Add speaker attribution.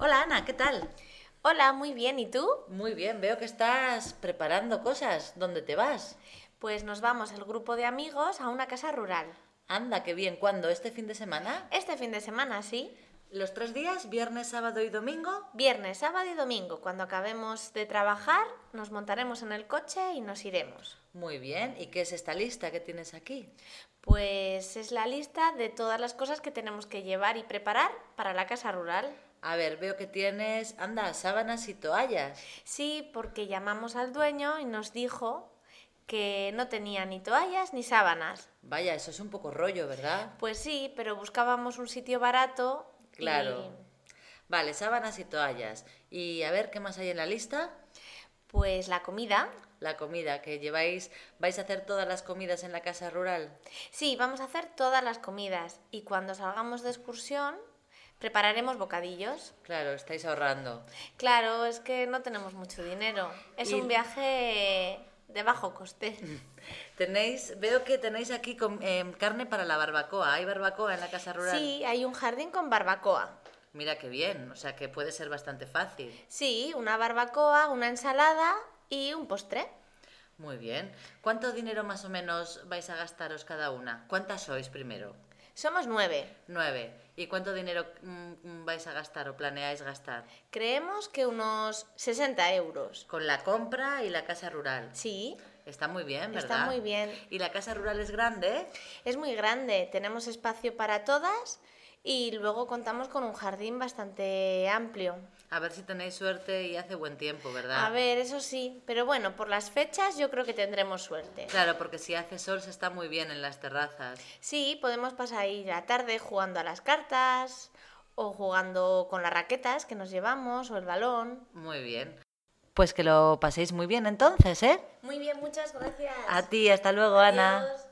Speaker 1: Ana, ¿qué tal?
Speaker 2: Hola, muy bien. ¿Y tú?
Speaker 1: Muy bien, veo que estás preparando cosas. ¿Dónde te vas?
Speaker 2: Pues nos vamos el grupo de amigos a una casa rural.
Speaker 1: Anda, qué bien. ¿Cuándo? ¿Este fin de semana?
Speaker 2: Este fin de semana, sí.
Speaker 1: ¿Los tres días? ¿Viernes, sábado y domingo?
Speaker 2: Viernes, sábado y domingo, cuando acabemos de trabajar, nos montaremos en el coche y nos iremos.
Speaker 1: Muy bien. ¿Y qué es esta lista que tienes aquí?
Speaker 2: Pues es la lista de todas las cosas que tenemos que llevar y preparar para la casa rural.
Speaker 1: A ver, veo que tienes, anda, sábanas y toallas.
Speaker 2: Sí, porque llamamos al dueño y nos dijo que no tenía ni toallas ni sábanas.
Speaker 1: Vaya, eso es un poco rollo, ¿verdad?
Speaker 2: Pues sí, pero buscábamos un sitio barato. y-
Speaker 1: Claro. Vale, sábanas y toallas. Y a ver, ¿qué más hay en la lista?
Speaker 2: Pues la comida.
Speaker 1: La comida, que lleváis, vais a hacer todas las comidas en la casa rural.
Speaker 2: Sí, vamos a hacer todas las comidas y cuando salgamos de excursión prepararemos bocadillos.
Speaker 1: Claro, estáis ahorrando.
Speaker 2: Claro, es que no tenemos mucho dinero. Es
Speaker 1: Y-
Speaker 2: un viaje de bajo coste.
Speaker 1: Tenéis, veo que tenéis aquí com- em, carne para la barbacoa. ¿Hay barbacoa en la casa rural?
Speaker 2: Sí, hay un jardín con barbacoa.
Speaker 1: Mira qué bien, o sea que puede ser bastante fácil.
Speaker 2: Sí, una barbacoa, una ensalada y un postre.
Speaker 1: Muy bien. ¿Cuánto dinero más o menos vais a gastaros cada una? ¿Cuántas sois primero?
Speaker 2: Somos nueve.
Speaker 1: Nueve. ¿Y cuánto dinero mm, mm, vais a gastar o planeáis gastar?
Speaker 2: Creemos que unos 60 euros.
Speaker 1: Con la compra y la casa rural.
Speaker 2: Sí,
Speaker 1: Está muy bien, ¿verdad?
Speaker 2: Está muy bien.
Speaker 1: ¿Y la casa rural es grande?
Speaker 2: es muy grande, tenemos espacio para todas y luego contamos con un jardín bastante amplio.
Speaker 1: A ver si tenéis suerte y hace buen tiempo, ¿verdad?
Speaker 2: A ver, eso sí, pero bueno, por las fechas yo creo que tendremos suerte.
Speaker 1: Claro, porque si hace sol se está muy bien en las terrazas.
Speaker 2: Sí, podemos pasar ahí la tarde jugando a las cartas o jugando con las raquetas que nos llevamos o el balón.
Speaker 1: Muy bien. Pues que lo paséis muy bien entonces, ¿eh?
Speaker 2: Muy bien, muchas gracias.
Speaker 1: A ti, hasta luego, Ana.
Speaker 2: Adiós.